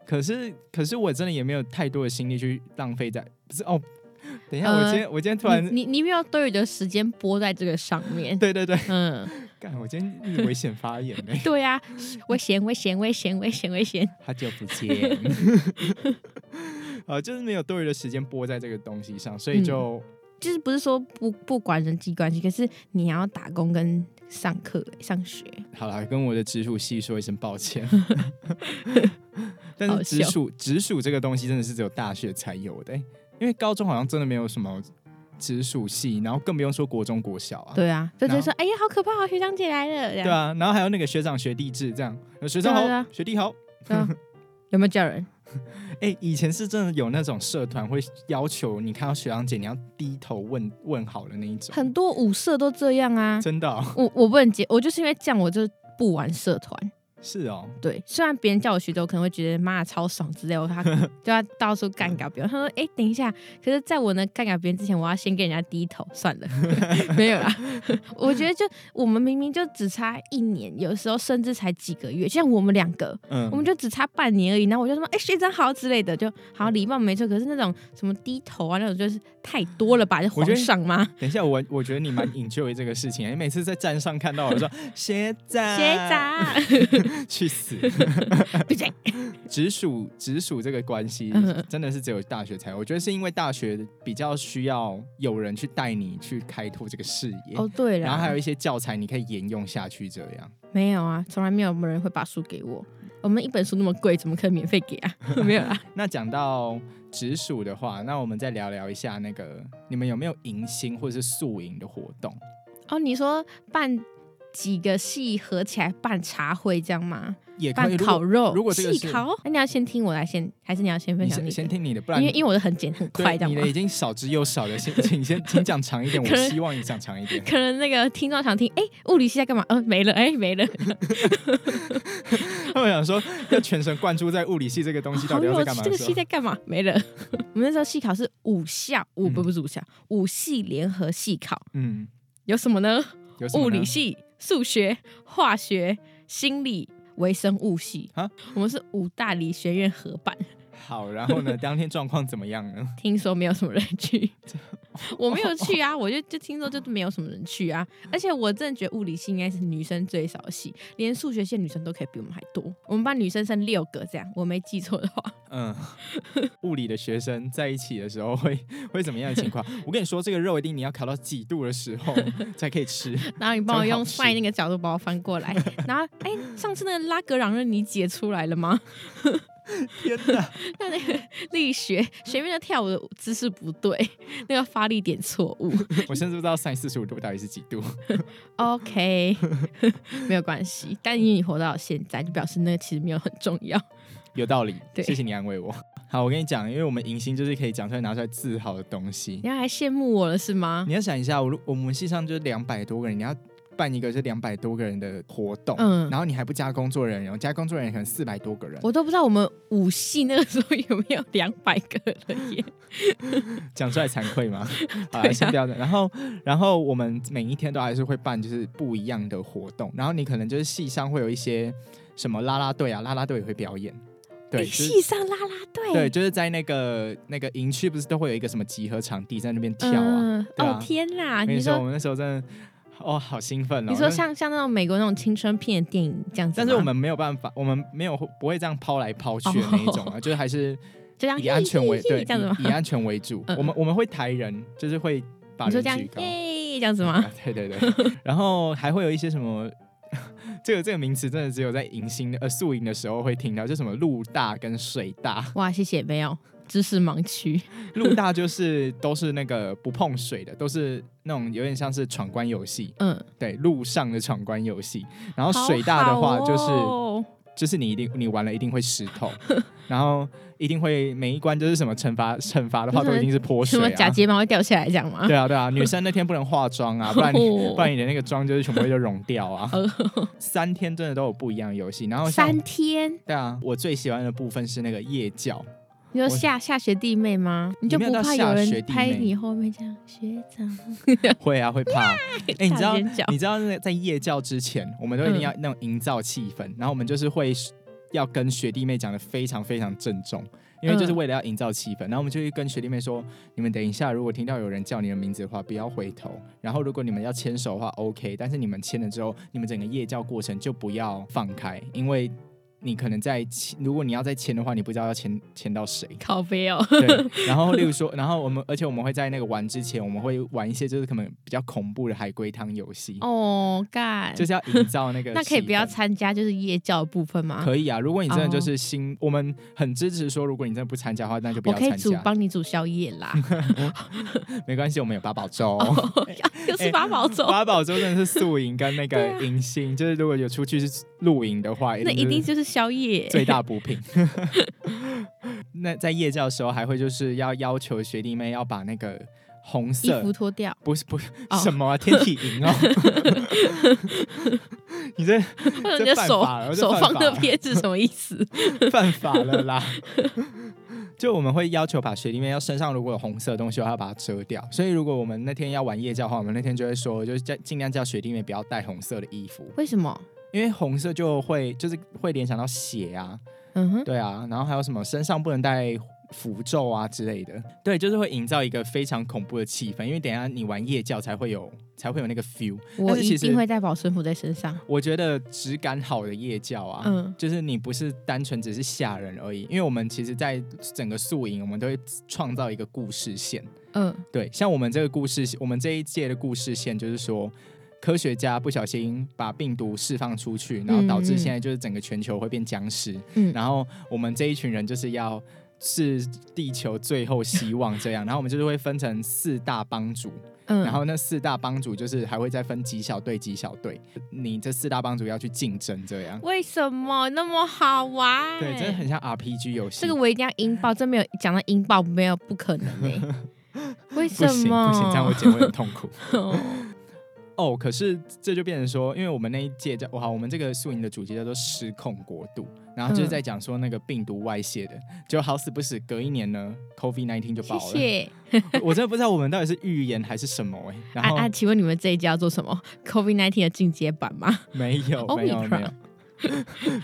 [SPEAKER 1] 可是可是我真的也没有太多的心力去浪费在，不是哦，等一下，
[SPEAKER 2] 呃
[SPEAKER 1] 我今天我今天突然，
[SPEAKER 2] 你你你没有多余的时间播在这个上面。
[SPEAKER 1] 对对对，
[SPEAKER 2] 嗯，
[SPEAKER 1] 干，我今天逆危险发言 呢、
[SPEAKER 2] 对啊，危险危险危险危险危险。
[SPEAKER 1] 好久不见。 呃，就是没有多余的时间播在这个东西上，
[SPEAKER 2] 嗯
[SPEAKER 1] 所以就、
[SPEAKER 2] 就是不是说不不管人际关系，可是你要打工跟上课、上学，
[SPEAKER 1] 好了，跟我的直属系说一声抱 歉。但
[SPEAKER 2] 好
[SPEAKER 1] 是
[SPEAKER 2] 笑
[SPEAKER 1] 直属直属这个东西真的是只有大学才有的欸、因为高中好像真的没有什么直属系，然后更不用说国中国小啊。
[SPEAKER 2] 对啊，就
[SPEAKER 1] 然
[SPEAKER 2] 就
[SPEAKER 1] 后
[SPEAKER 2] 说哎呀好可怕、哦，学长姐来了，这样
[SPEAKER 1] 对啊，然后还有那个学长学弟制这样，学长好，
[SPEAKER 2] 对啊对
[SPEAKER 1] 学弟好。
[SPEAKER 2] 对啊有没有叫人？
[SPEAKER 1] 哎、以前是真的有那种社团会要求你看到学长姐你要低头问问好的那一种，
[SPEAKER 2] 很多舞社都这样啊。
[SPEAKER 1] 真的、哦、
[SPEAKER 2] 我我不能接，我就是因为这样，我就不玩社团。
[SPEAKER 1] 是哦。
[SPEAKER 2] 对，虽然别人叫我学姐，我可能会觉得妈的超爽之类，我他就要到处干搞别人。他说：“哎、等一下，可是在我能干搞别人之前，我要先跟人家低头。” 算了，没有啦。 我觉得就我们明明就只差一年，有时候甚至才几个月，像我们两个，
[SPEAKER 1] 嗯，
[SPEAKER 2] 我们就只差半年而已。然后我就说：“哎、学长好之类的，就好礼貌没错。可是那种什么低头啊，那种就是太多了吧？就
[SPEAKER 1] 我觉
[SPEAKER 2] 皇
[SPEAKER 1] 得
[SPEAKER 2] 上吗？
[SPEAKER 1] 等一下，我我觉得你蛮 enjoy 这个事情，你哎每次在站上看到我说学长，
[SPEAKER 2] 学， 长，
[SPEAKER 1] 去 死！
[SPEAKER 2] 闭嘴。
[SPEAKER 1] 直属直属这个关系
[SPEAKER 2] 嗯
[SPEAKER 1] 真的是只有大学才有，我觉得是因为大学比较需要有人去带你去开拓这个视野，
[SPEAKER 2] 哦，对了，
[SPEAKER 1] 然后还有一些教材你可以沿用下去，这样。
[SPEAKER 2] 没有啊，从来没有人会把书给我。我们一本书那么贵，怎么可以免费给啊？ 没有啊，
[SPEAKER 1] 那讲到直属的话，那我们再聊聊一下那个你们有没有迎新或者是宿营的活动？
[SPEAKER 2] 哦，你说办几个系合起来办茶会这样吗？
[SPEAKER 1] 也可以
[SPEAKER 2] 办烤肉，
[SPEAKER 1] 如果这个
[SPEAKER 2] 细
[SPEAKER 1] 是
[SPEAKER 2] 烤，那你要先听我来先，还是你要先
[SPEAKER 1] 如果
[SPEAKER 2] 分
[SPEAKER 1] 你
[SPEAKER 2] 享
[SPEAKER 1] 先
[SPEAKER 2] 你
[SPEAKER 1] 先
[SPEAKER 2] 的？
[SPEAKER 1] 听你的，不然
[SPEAKER 2] 因为因为我的很简很
[SPEAKER 1] 对
[SPEAKER 2] 快，这样
[SPEAKER 1] 你
[SPEAKER 2] 吗
[SPEAKER 1] 的？已经少之又少了，请请先请讲长 一点，
[SPEAKER 2] 可
[SPEAKER 1] 我
[SPEAKER 2] 能
[SPEAKER 1] 希望你讲长一点。
[SPEAKER 2] 可能那个听众想听，哎、物理系在干嘛？呃，没了，哎、没了，
[SPEAKER 1] 他们想说要全神贯注在物理系这个 东西到
[SPEAKER 2] 好
[SPEAKER 1] 底要
[SPEAKER 2] 有
[SPEAKER 1] 在干嘛
[SPEAKER 2] 趣，这
[SPEAKER 1] 的
[SPEAKER 2] 个
[SPEAKER 1] 时
[SPEAKER 2] 系
[SPEAKER 1] 候，
[SPEAKER 2] 在干嘛？没了。 我们那时候系考是五校，五不
[SPEAKER 1] 嗯
[SPEAKER 2] 不是五校，五系联合系考，
[SPEAKER 1] 嗯，
[SPEAKER 2] 有什么呢？
[SPEAKER 1] 有什么
[SPEAKER 2] 物
[SPEAKER 1] 呢
[SPEAKER 2] 理系、数学、化学、心理、微生物系
[SPEAKER 1] 啊，
[SPEAKER 2] 我们是五大理学院合办。
[SPEAKER 1] 好，然后呢，当天状况怎么样呢？
[SPEAKER 2] 听说没有什么人 去，我没有去啊，我就就听说就没有什么人去啊。而且我真的觉得物理系应该是女生最少的系，连数学系的女生都可以比我们还多。我们班女生剩六个，这样我没记错的话。
[SPEAKER 1] 嗯，物理的学生在一起的时候会会怎么样的情况？我跟你说，这个肉一定你要烤到几度的时候才可以吃。
[SPEAKER 2] 然后你帮我
[SPEAKER 1] 真好
[SPEAKER 2] 用
[SPEAKER 1] 吃
[SPEAKER 2] 帅那个角度把我翻过来，然后哎，上次那个拉格朗日你解出来了吗？
[SPEAKER 1] 天哪！
[SPEAKER 2] 那那个力学学妹的跳舞的姿势不对，那个发力点错误。
[SPEAKER 1] 我甚至不知道 sin 四十五度到底是几度。
[SPEAKER 2] OK，没 有关系。但因为你活到现在，就表示那个其实没有很重要。
[SPEAKER 1] 有道理，
[SPEAKER 2] 对
[SPEAKER 1] 谢谢你安慰我。 好，我跟你讲，因为我们迎新就是可以讲出来拿出来自豪的东西
[SPEAKER 2] 你。要还羡慕我了是吗？
[SPEAKER 1] 你要想一下，我如我们系上就两百多个人，你要办一个这两百多个人的活动，
[SPEAKER 2] 嗯
[SPEAKER 1] 然后你还不加工作人员，加工作人员可能四百多个人。
[SPEAKER 2] 我都不知道我们五系那个时候有没有两百个人耶。
[SPEAKER 1] 讲出来惭愧 吗？好
[SPEAKER 2] 对啊
[SPEAKER 1] 啦，先不要的。然后，然后我们每一天都还是会办就是不一样的活动，然后你可能就是戏上会有一些什么啦啦队啊，啦啦队也会表演。对，
[SPEAKER 2] 诶
[SPEAKER 1] 就是
[SPEAKER 2] 系上啦啦队，
[SPEAKER 1] 对，就是在那个那个营区，不是都会有一个什么集合场地在那边跳啊？
[SPEAKER 2] 嗯
[SPEAKER 1] 对啊
[SPEAKER 2] 哦天哪！
[SPEAKER 1] 我跟
[SPEAKER 2] 你
[SPEAKER 1] 你说，我
[SPEAKER 2] 说
[SPEAKER 1] 们那时候真的哦，好兴奋哦！
[SPEAKER 2] 你说
[SPEAKER 1] 但是
[SPEAKER 2] 像像那种美国那种青春片的电影这样子
[SPEAKER 1] 但
[SPEAKER 2] 吗，
[SPEAKER 1] 是我们没有办法，我们没有不会这样抛来抛去的那一种
[SPEAKER 2] 哦
[SPEAKER 1] 啊，就是还是
[SPEAKER 2] 就这样
[SPEAKER 1] 以安全为
[SPEAKER 2] 嘿嘿嘿
[SPEAKER 1] 对，
[SPEAKER 2] 这样子吗
[SPEAKER 1] 以以？安全为主。
[SPEAKER 2] 嗯
[SPEAKER 1] 我们我们会抬人，就是会把
[SPEAKER 2] 你说
[SPEAKER 1] 人
[SPEAKER 2] 这样
[SPEAKER 1] 举
[SPEAKER 2] 耶
[SPEAKER 1] 高。
[SPEAKER 2] 这样子吗？
[SPEAKER 1] 啊 对对对，然后还会有一些什么。 这个这个名词真的只有在迎新的呃宿营的时候会听到，就什么陆大跟水大，
[SPEAKER 2] 哇，谢谢，没有知识盲区。
[SPEAKER 1] 陆大就是都是那个不碰水的，都是那种有点像是闯关游戏，
[SPEAKER 2] 嗯，
[SPEAKER 1] 对，路上的闯关游戏。然后
[SPEAKER 2] 好
[SPEAKER 1] 水大的话
[SPEAKER 2] 好
[SPEAKER 1] 就是
[SPEAKER 2] 哦
[SPEAKER 1] 就是你一定你玩了一定会湿透，然后一定会每一关就是什么惩罚惩罚的话
[SPEAKER 2] 就是
[SPEAKER 1] 都一定是泼
[SPEAKER 2] 什
[SPEAKER 1] 水
[SPEAKER 2] 么假
[SPEAKER 1] 啊。
[SPEAKER 2] 睫毛会哦掉下来这样吗？
[SPEAKER 1] 对啊对啊，女生那天不能化妆啊，不然你不然你的那个妆就是全部就融掉啊。三天真的都有不一样的游戏，然后像
[SPEAKER 2] 哦三天，
[SPEAKER 1] 对啊，我最喜欢的部分是那个夜教，
[SPEAKER 2] 你说
[SPEAKER 1] 我
[SPEAKER 2] 下下学弟妹吗？你就
[SPEAKER 1] 没
[SPEAKER 2] 不
[SPEAKER 1] 有到
[SPEAKER 2] 怕
[SPEAKER 1] 下
[SPEAKER 2] 有
[SPEAKER 1] 学
[SPEAKER 2] 人
[SPEAKER 1] 弟
[SPEAKER 2] 拍
[SPEAKER 1] 妹
[SPEAKER 2] 你后面这样学长？
[SPEAKER 1] 会啊会怕。 哎、 你知道
[SPEAKER 2] 大眼角
[SPEAKER 1] 你知道那个在夜教之前，我们都一定要那种营造气氛，然后我们就是会要跟学弟妹讲的非常非常郑重，因为就是为了要营造气氛。然后我们就会跟学弟妹说：你们等一下，如果听到有人叫你的名字的话，不要回头。然后如果你们要牵手的话，OK，但是你们牵了之后，你们整个夜教过程就不要放开，因为。你可能在牵，如果你要再牵的话，你不知道要牵牵到谁。
[SPEAKER 2] 靠 背哦，
[SPEAKER 1] 对，然后例如说，然后我们，而且我们会在那个玩之前，我们会玩一些就是可能比较恐怖的海龟汤游戏，
[SPEAKER 2] 哦干，
[SPEAKER 1] 就是要营造那个。
[SPEAKER 2] 那可以不要。参加就是夜教的部分吗？
[SPEAKER 1] 可以啊，如果你真的就
[SPEAKER 2] 哦
[SPEAKER 1] 是新，我们很支持说，如果你真的不参加的话，那就不
[SPEAKER 2] 我
[SPEAKER 1] 要
[SPEAKER 2] 可以
[SPEAKER 1] 参
[SPEAKER 2] 煮
[SPEAKER 1] 加。
[SPEAKER 2] 帮你煮宵夜 啦，
[SPEAKER 1] 没关系，我们有八宝粥。
[SPEAKER 2] 哦又
[SPEAKER 1] 哎
[SPEAKER 2] 是八宝粥，
[SPEAKER 1] 八宝粥真的是宿营跟那
[SPEAKER 2] 对
[SPEAKER 1] 个
[SPEAKER 2] 啊
[SPEAKER 1] 迎新，就是如果有出去是露营的话，
[SPEAKER 2] 那一
[SPEAKER 1] 就是
[SPEAKER 2] 定就是宵夜。
[SPEAKER 1] 最大补 品。那在夜教的时候，还会就是要要求学弟妹要把那个红
[SPEAKER 2] 衣
[SPEAKER 1] 色
[SPEAKER 2] 服脱掉，
[SPEAKER 1] 不是不是、
[SPEAKER 2] 哦
[SPEAKER 1] 什么、啊、天体营 哦，你这
[SPEAKER 2] 或者
[SPEAKER 1] 这
[SPEAKER 2] 你的
[SPEAKER 1] 犯
[SPEAKER 2] 手
[SPEAKER 1] 法了这
[SPEAKER 2] 手
[SPEAKER 1] 犯
[SPEAKER 2] 放
[SPEAKER 1] 法
[SPEAKER 2] 那
[SPEAKER 1] 了
[SPEAKER 2] 边是什么意思？
[SPEAKER 1] 犯法了啦。就我们会要求把学弟妹要身上如果有红色的东西的话，要把它遮掉。所以如果我们那天要玩夜教的话，我们那天就会说，就是叫尽量叫学弟妹不要带红色的衣服，
[SPEAKER 2] 为什么？
[SPEAKER 1] 因为红色就会就是会联想到血啊，
[SPEAKER 2] 嗯哼，
[SPEAKER 1] 对啊，然后还有什么身上不能带符咒啊之类的，对，就是会营造一个非常恐怖的气氛。因为等一下你玩夜教才会有才会有那个 feel。但
[SPEAKER 2] 我
[SPEAKER 1] 是
[SPEAKER 2] 一
[SPEAKER 1] 其实
[SPEAKER 2] 定会带保身符在身上。
[SPEAKER 1] 我觉得质感好的夜教啊，
[SPEAKER 2] 嗯
[SPEAKER 1] 就是你不是单纯只是吓人而已，因为我们其实，在整个宿营，我们都会创造一个故事线。
[SPEAKER 2] 嗯，
[SPEAKER 1] 对，像我们这个故事，我们这一届的故事线就是说。科学家不小心把病毒释放出去，然后导致
[SPEAKER 2] 嗯嗯
[SPEAKER 1] 现在就是整个全球会变僵尸。
[SPEAKER 2] 嗯
[SPEAKER 1] 然后我们这一群人就是要是地球最后希望这样，然后我们就是会分成四大帮主，
[SPEAKER 2] 嗯，
[SPEAKER 1] 然后那四大帮主就是还会再分几小队几小队，你这四大帮主要去竞争这样。
[SPEAKER 2] 为什么那么好玩？
[SPEAKER 1] 对，真的很像 RPG 游戏。
[SPEAKER 2] 这个我一定要引爆，这没有讲到引爆，没有不可 能呢、为什
[SPEAKER 1] 不行
[SPEAKER 2] 么？
[SPEAKER 1] 不行，这 样我剪会很痛苦。
[SPEAKER 2] 哦
[SPEAKER 1] 哦，可是这就变成说，因为我们那一届叫哇，我们这个宿营的主题叫做失控国度，然后就是在讲说那个病毒外泄的，就好死不死隔一年呢，COVID nineteen 就爆
[SPEAKER 2] 谢
[SPEAKER 1] 了。
[SPEAKER 2] 谢。
[SPEAKER 1] 我真的不知道我们到底是预言还是什么哎、然
[SPEAKER 2] 啊
[SPEAKER 1] 后、
[SPEAKER 2] 啊，请问你们这一届要做什么？COVID nineteen 的进阶版吗？
[SPEAKER 1] 没有
[SPEAKER 2] Omicron
[SPEAKER 1] 没有没有，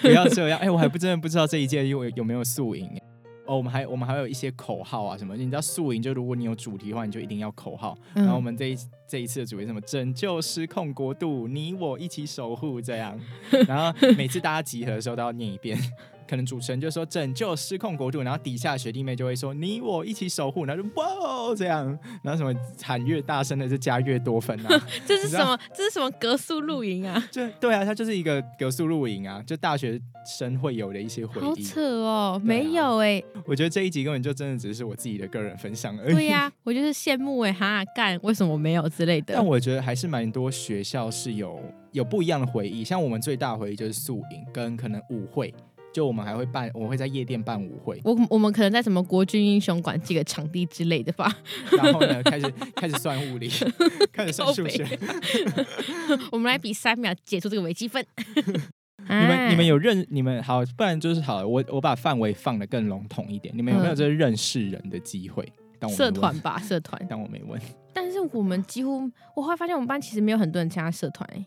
[SPEAKER 1] 不要这样哎、我还不真的不知道这一届有有没有宿营、哎哦，我们还我们还有一些口号啊什么，你知道宿营就如果你有主题的话，你就一定要口号。然后我
[SPEAKER 2] 嗯，
[SPEAKER 1] 们这一这一次的主题是什么？拯救失控国度，你我一起守护这 样。然后每次大家集合的时候都要念一遍，可能主持人就说拯救失控国度，然后底下学弟妹就会说你我一起守护，然后就哇哦这样，然后什么喊越大声的就加越多分啊。
[SPEAKER 2] 这是
[SPEAKER 1] 你知
[SPEAKER 2] 什
[SPEAKER 1] 道
[SPEAKER 2] 么？这是什么格数露营啊？
[SPEAKER 1] 就对啊，它就是一个格数露营啊，就大学生会有的一些回
[SPEAKER 2] 好
[SPEAKER 1] 忆。
[SPEAKER 2] 扯
[SPEAKER 1] 对啊
[SPEAKER 2] 哦，没有哎、
[SPEAKER 1] 我觉得这一集根本就真的只是我自己的个人分享而已。
[SPEAKER 2] 对呀、我就是羡慕哎、哈，干为什么我没有之类的，
[SPEAKER 1] 但。我觉得还是蛮多学校是有有不一样的回忆，像我们最大的回忆就是宿营跟可能舞会，就我们还会办，我们会在夜店办舞会
[SPEAKER 2] 我我们可能在什么国军英雄馆这个场地之类的吧，
[SPEAKER 1] 然后呢开始开始算物理，开始算数学。
[SPEAKER 2] 我们来比三秒解除这个微积分。 哎
[SPEAKER 1] 你
[SPEAKER 2] 你
[SPEAKER 1] 们你们有认你们好，不然就是好，我我把范围放的更笼统一点，你们有没有
[SPEAKER 2] 嗯
[SPEAKER 1] 就是认识人的机会？当我没
[SPEAKER 2] 社
[SPEAKER 1] 问
[SPEAKER 2] 团，吧，社团。
[SPEAKER 1] 当我没问。
[SPEAKER 2] 但是我们几乎，我后来发现我们班其实没有很多人参加社团、欸。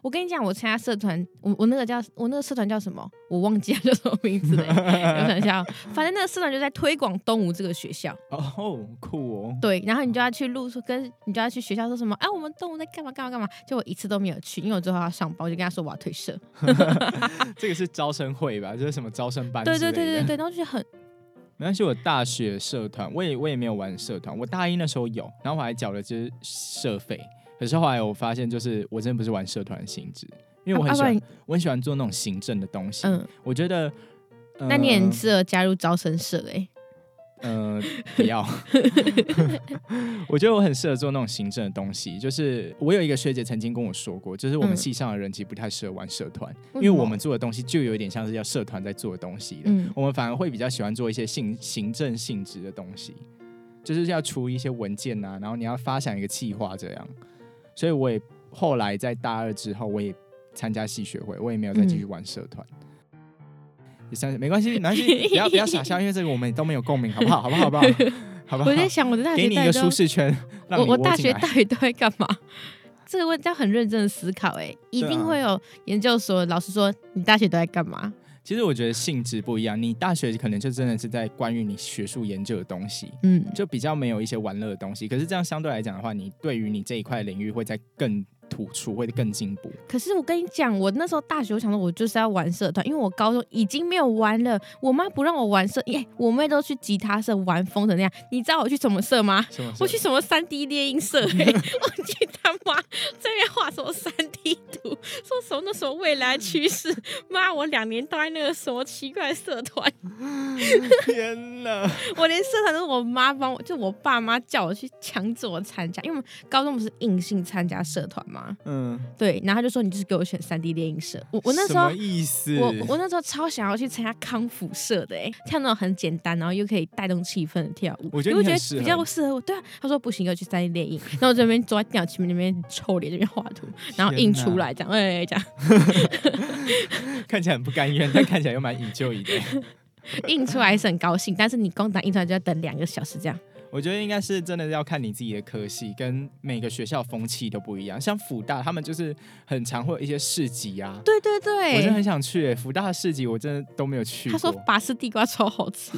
[SPEAKER 2] 我跟你讲，我参加社团，我我那个叫我那个社团叫什么？我忘记了叫什么名字了、欸。我想一下哦，反正那个社团就在推广东吴这个学校。
[SPEAKER 1] 哦，酷哦。
[SPEAKER 2] 对，然后你就要去录说，跟你就要去学校说什么？哎、我们动物在干嘛干嘛干嘛？就我一次都没有去，因为我最后要上班，我就跟他说我要退社。
[SPEAKER 1] 这个是招生会吧？就是什么招生班之
[SPEAKER 2] 对
[SPEAKER 1] 类的？
[SPEAKER 2] 对对对对，然后就觉得很
[SPEAKER 1] 没关系，我大学社团，我也我也没有玩社团。我大一那时候有，然后我还缴了就是社费。可是后来我发现，就是我真的不是玩社团的性质，因为我很喜
[SPEAKER 2] 啊
[SPEAKER 1] 欢、
[SPEAKER 2] 不然
[SPEAKER 1] 我很喜欢做那种行政的东西。
[SPEAKER 2] 嗯，
[SPEAKER 1] 我觉得，呃
[SPEAKER 2] 那你很适合加入招生社哎、
[SPEAKER 1] 呃，不要。我觉得我很适合做那种行政的东西。就是我有一个学姐曾经跟我说过，就是我们
[SPEAKER 2] 嗯
[SPEAKER 1] 系上的人其实不太适合玩社团，因
[SPEAKER 2] 为
[SPEAKER 1] 为
[SPEAKER 2] 什么
[SPEAKER 1] 我们做的东西就有一点像是要社团在做的东西了。
[SPEAKER 2] 嗯
[SPEAKER 1] 我们反而会比较喜欢做一些行行政性质的东西，就是要出一些文件啊，然后你要发想一个企划这样。所以我也后来在大二之后，我也参加系学会，我也没有再继续玩社团。
[SPEAKER 2] 嗯
[SPEAKER 1] 也算是没关系，没关系，不要不要傻笑，因为这个我们也都没有共鸣，好不好？好不好？好不 好？好不好
[SPEAKER 2] 我？在想我的大
[SPEAKER 1] 给
[SPEAKER 2] 学
[SPEAKER 1] 你
[SPEAKER 2] 到
[SPEAKER 1] 一
[SPEAKER 2] 底
[SPEAKER 1] 个
[SPEAKER 2] 都
[SPEAKER 1] 舒适圈，让
[SPEAKER 2] 我
[SPEAKER 1] 你
[SPEAKER 2] 我
[SPEAKER 1] 窝
[SPEAKER 2] 大
[SPEAKER 1] 进
[SPEAKER 2] 学
[SPEAKER 1] 来
[SPEAKER 2] 到底都在干嘛？ 这个问题要很认真的思考、哎，一
[SPEAKER 1] 对啊
[SPEAKER 2] 定会有研究所老师说你大学都在干嘛？
[SPEAKER 1] 其实我觉得性质不一样，你大学可能就真的是在关于你学术研究的东西，
[SPEAKER 2] 嗯，
[SPEAKER 1] 就比较没有一些玩乐的东西。可是这样相对来讲的话，你对于你这一块领域会在更突出，会更进步。
[SPEAKER 2] 可是我跟你讲，我那时候大学，我想说我就是要玩社团，因为我高中已经没有玩了，我妈不让我玩社，耶、我妹都去吉他社玩疯成那样，你知道我去什么社吗？
[SPEAKER 1] 什么
[SPEAKER 2] 我去什么三 D 猎鹰社、欸，我去他妈这边画什么三 D 图，说什么那什么未来趋势，妈，我两年都在那个什么奇怪的社团，
[SPEAKER 1] 天哪！
[SPEAKER 2] 我连社团都是我妈帮我，就我爸妈叫我去强制我参加，因为我们高中不是硬性参加社团吗？
[SPEAKER 1] 嗯，
[SPEAKER 2] 对，然后他就说你就是给我选三 D 猎鹰社，我我那时候
[SPEAKER 1] 什么。意思？
[SPEAKER 2] 我我那时候超想要去参加康复社的哎、跳那种很简单，然后又可以带动气氛的跳舞，
[SPEAKER 1] 我觉得
[SPEAKER 2] 因为
[SPEAKER 1] 你很
[SPEAKER 2] 我
[SPEAKER 1] 适
[SPEAKER 2] 觉
[SPEAKER 1] 合
[SPEAKER 2] 得比较适合我。对啊，他说不行，要去三 D 猎鹰，然后我这边坐在电脑前面那边臭脸那边画图，然后印出来这样，哎、这样
[SPEAKER 1] 看起来很不甘愿，但看起来又蛮引咎的。
[SPEAKER 2] 印出来是很高兴，但是你光打印出来就要等两个小时这样。
[SPEAKER 1] 我觉得应该是真的要看你自己的科系，跟每个学校风气都不一样。像辅大，他们就是很常会有一些市集啊。
[SPEAKER 2] 对对
[SPEAKER 1] 我真的很
[SPEAKER 2] 对，
[SPEAKER 1] 想去、欸、福大的市集，我真的都没有去
[SPEAKER 2] 他
[SPEAKER 1] 过。
[SPEAKER 2] 说拔丝地瓜超好吃，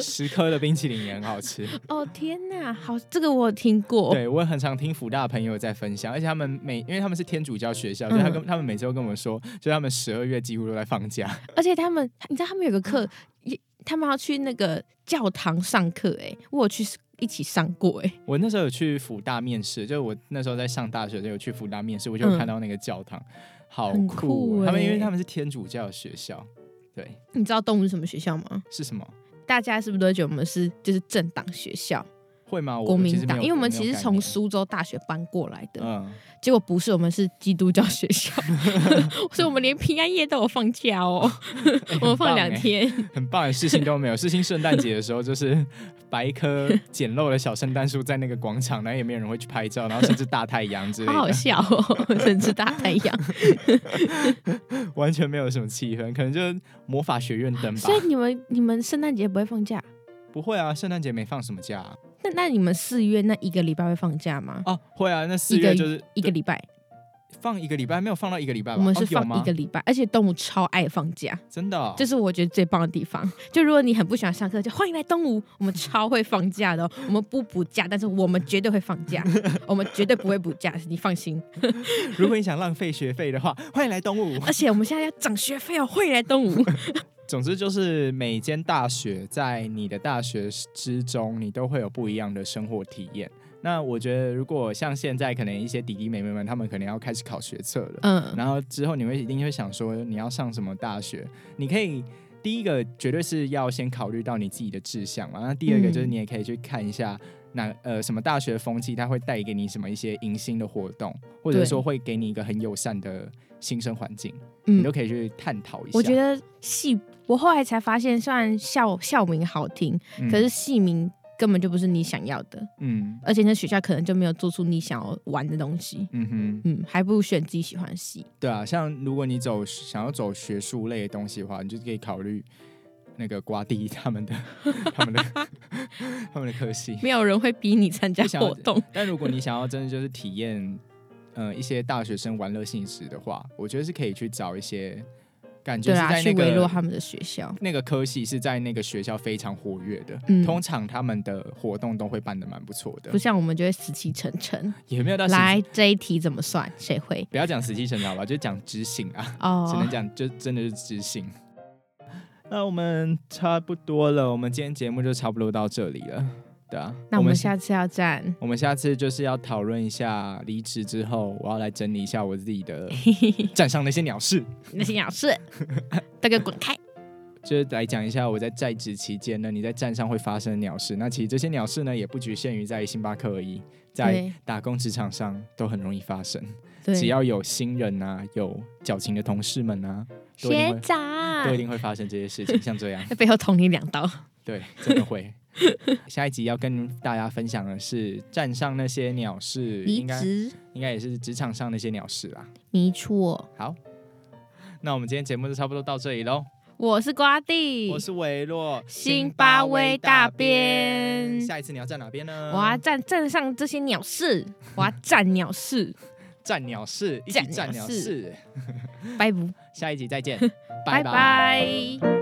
[SPEAKER 1] 十颗的冰淇淋也很好吃。
[SPEAKER 2] 哦天哪，好，这个我有听过。
[SPEAKER 1] 对，我也很常听福大的朋友在分享，而且他们每因为他们是天主教学校，所
[SPEAKER 2] 嗯
[SPEAKER 1] 以他跟他们每周跟我们说，就是他们十二月几乎都在放假。
[SPEAKER 2] 而且他们，你知道他们有个
[SPEAKER 1] 嗯
[SPEAKER 2] 课，也他们要去那个教堂上课、哎，我有去一起上过、哎，
[SPEAKER 1] 我那时候有去福大面试，就是我那时候在上大学的时候有去福大面试，我就有
[SPEAKER 2] 嗯
[SPEAKER 1] 看到那个教堂，好
[SPEAKER 2] 很
[SPEAKER 1] 酷、哦
[SPEAKER 2] 酷
[SPEAKER 1] 他们因为
[SPEAKER 2] 欸
[SPEAKER 1] 他们是天主教学校，对，
[SPEAKER 2] 你知道动物是什么学校吗？
[SPEAKER 1] 是什么？
[SPEAKER 2] 大家是不是都会觉得我们是就是政党学校，
[SPEAKER 1] 会吗？哦我
[SPEAKER 2] 国
[SPEAKER 1] 其
[SPEAKER 2] 民
[SPEAKER 1] 实没
[SPEAKER 2] 党？
[SPEAKER 1] 有
[SPEAKER 2] 因为我们
[SPEAKER 1] 没有
[SPEAKER 2] 其实
[SPEAKER 1] 概
[SPEAKER 2] 从
[SPEAKER 1] 念
[SPEAKER 2] 苏州大学搬过来的，
[SPEAKER 1] 嗯，
[SPEAKER 2] 结果不是，我们是基督教学 校，所以我们连平安夜都有放假哦，我们放两天。
[SPEAKER 1] 欸很棒的事情都没有。事情圣诞节的时候，就是 摆一棵简陋的小圣诞树在那个广场，然后也没有人会去拍照，然后甚至大太阳之类
[SPEAKER 2] 好好
[SPEAKER 1] 的，
[SPEAKER 2] 笑 哦，甚至大太阳。
[SPEAKER 1] 完全没有什么气氛，可能就是魔法学院灯吧
[SPEAKER 2] 所。以你们你们圣诞节不会放假？
[SPEAKER 1] 不会啊，圣诞节没放什么假啊？
[SPEAKER 2] 那那你们四月那一个礼拜会放假吗？
[SPEAKER 1] 哦会啊，那四
[SPEAKER 2] 一个
[SPEAKER 1] 月就是
[SPEAKER 2] 一个礼拜，
[SPEAKER 1] 放一个礼拜，没有放到一个礼拜吧？
[SPEAKER 2] 我们
[SPEAKER 1] 哦
[SPEAKER 2] 是
[SPEAKER 1] 有
[SPEAKER 2] 放一
[SPEAKER 1] 吗
[SPEAKER 2] 个？礼拜，而且动物超爱放假，
[SPEAKER 1] 真的哦、
[SPEAKER 2] 这是我觉得最棒的地方。就如果你很不喜欢上课，就欢迎来东吴，我们超会放假 的、哦。我们不补假，但是我们绝对会放假，我们绝对不会补假，你 放心。
[SPEAKER 1] 如果你想浪费学费的 话，欢迎来东吴。
[SPEAKER 2] 而且我们现在要涨学费哦，欢迎来 东吴。
[SPEAKER 1] 总之就是每间大学在你的大学之中，你都会有不一样的生活体验。那我觉得，如果像现在可能一些弟弟妹妹们，他们可能要开始考学测了，
[SPEAKER 2] 嗯，
[SPEAKER 1] 然后之后你会一定会想说你要上什么大学，你可以。第一个绝对是要先考虑到你自己的志向嘛，那第二个
[SPEAKER 2] 嗯
[SPEAKER 1] 就是你也可以去看一下哪、呃什么大学风气，它会带给你什么一些迎新的活动，或者
[SPEAKER 2] 对
[SPEAKER 1] 说会给你一个很友善的新生环境，
[SPEAKER 2] 嗯
[SPEAKER 1] 你都可以去探讨一下。
[SPEAKER 2] 我觉得系，我后来才发现，虽然校校名好听，
[SPEAKER 1] 嗯，
[SPEAKER 2] 可是系名根本就不是你想要的，
[SPEAKER 1] 嗯
[SPEAKER 2] 而且那学校可能就没有做出你想要玩的东西。
[SPEAKER 1] 嗯哼，
[SPEAKER 2] 嗯，还不如选自己喜欢的系。
[SPEAKER 1] 对啊，像如果你走想要走学术类的东西的话，你就可以考虑那个瓜地 他们的他们的他们的科系。
[SPEAKER 2] 没有人会逼你参加
[SPEAKER 1] 不想要
[SPEAKER 2] 活动。
[SPEAKER 1] 但如果你想要真的就是体验，呃，一些大学生玩乐性质的话，我觉得是可以去找一些感觉
[SPEAKER 2] 对
[SPEAKER 1] 是
[SPEAKER 2] 啦，
[SPEAKER 1] 在
[SPEAKER 2] 去
[SPEAKER 1] 那
[SPEAKER 2] 维洛
[SPEAKER 1] 个
[SPEAKER 2] 他们的学校。
[SPEAKER 1] 那个科系是在那个学校非常活跃的，
[SPEAKER 2] 嗯
[SPEAKER 1] 通常他们的活动都会办的蛮不错的
[SPEAKER 2] 不，像我们就会死气沉沉。
[SPEAKER 1] 也没有到实际
[SPEAKER 2] 来，这一题怎么算？谁会？
[SPEAKER 1] 不要讲实际成长吧，就讲执行啊。只能
[SPEAKER 2] 哦，
[SPEAKER 1] 讲就真的是知性。那我们差不多了，我们今天节目就差不多到这里了，对啊。
[SPEAKER 2] 那我们
[SPEAKER 1] 下
[SPEAKER 2] 下次要 站。
[SPEAKER 1] 我们下次就是要讨论一下离职之后，我要来整理一 下我自己的站上那些鸟事。
[SPEAKER 2] 那些鸟事，都给我滚开！
[SPEAKER 1] 就是来讲一下我在在职期间呢，你在站上会发生的鸟事。那其实这些鸟事呢，也不局限于在星巴克而已，在
[SPEAKER 2] 对
[SPEAKER 1] 打工职场上都很容易发生。
[SPEAKER 2] 对，
[SPEAKER 1] 只要有新人啊，有矫情的同事们啊，都一定
[SPEAKER 2] 学
[SPEAKER 1] 会
[SPEAKER 2] 长
[SPEAKER 1] 都一定会发生这些事 情，像这样。
[SPEAKER 2] 在背后捅你两刀。
[SPEAKER 1] 对，真的会。下一集要跟大家分享的是站上那些鸟事，
[SPEAKER 2] 离
[SPEAKER 1] 应该
[SPEAKER 2] 职，
[SPEAKER 1] 应该也是职场上那些鸟事啦。
[SPEAKER 2] 没错，
[SPEAKER 1] 好，那我们今天节目就差不多到这里喽。
[SPEAKER 2] 我是瓜地，
[SPEAKER 1] 我是维洛，
[SPEAKER 2] 辛巴威大边
[SPEAKER 1] 下一次你要站哪边呢？
[SPEAKER 2] 我要站站上这些鸟事，我要 站鸟事，
[SPEAKER 1] 站鸟事，一起
[SPEAKER 2] 站
[SPEAKER 1] 站
[SPEAKER 2] 鸟
[SPEAKER 1] 鸟
[SPEAKER 2] 事
[SPEAKER 1] 事。
[SPEAKER 2] 拜不，
[SPEAKER 1] 下一集再见，拜
[SPEAKER 2] 拜拜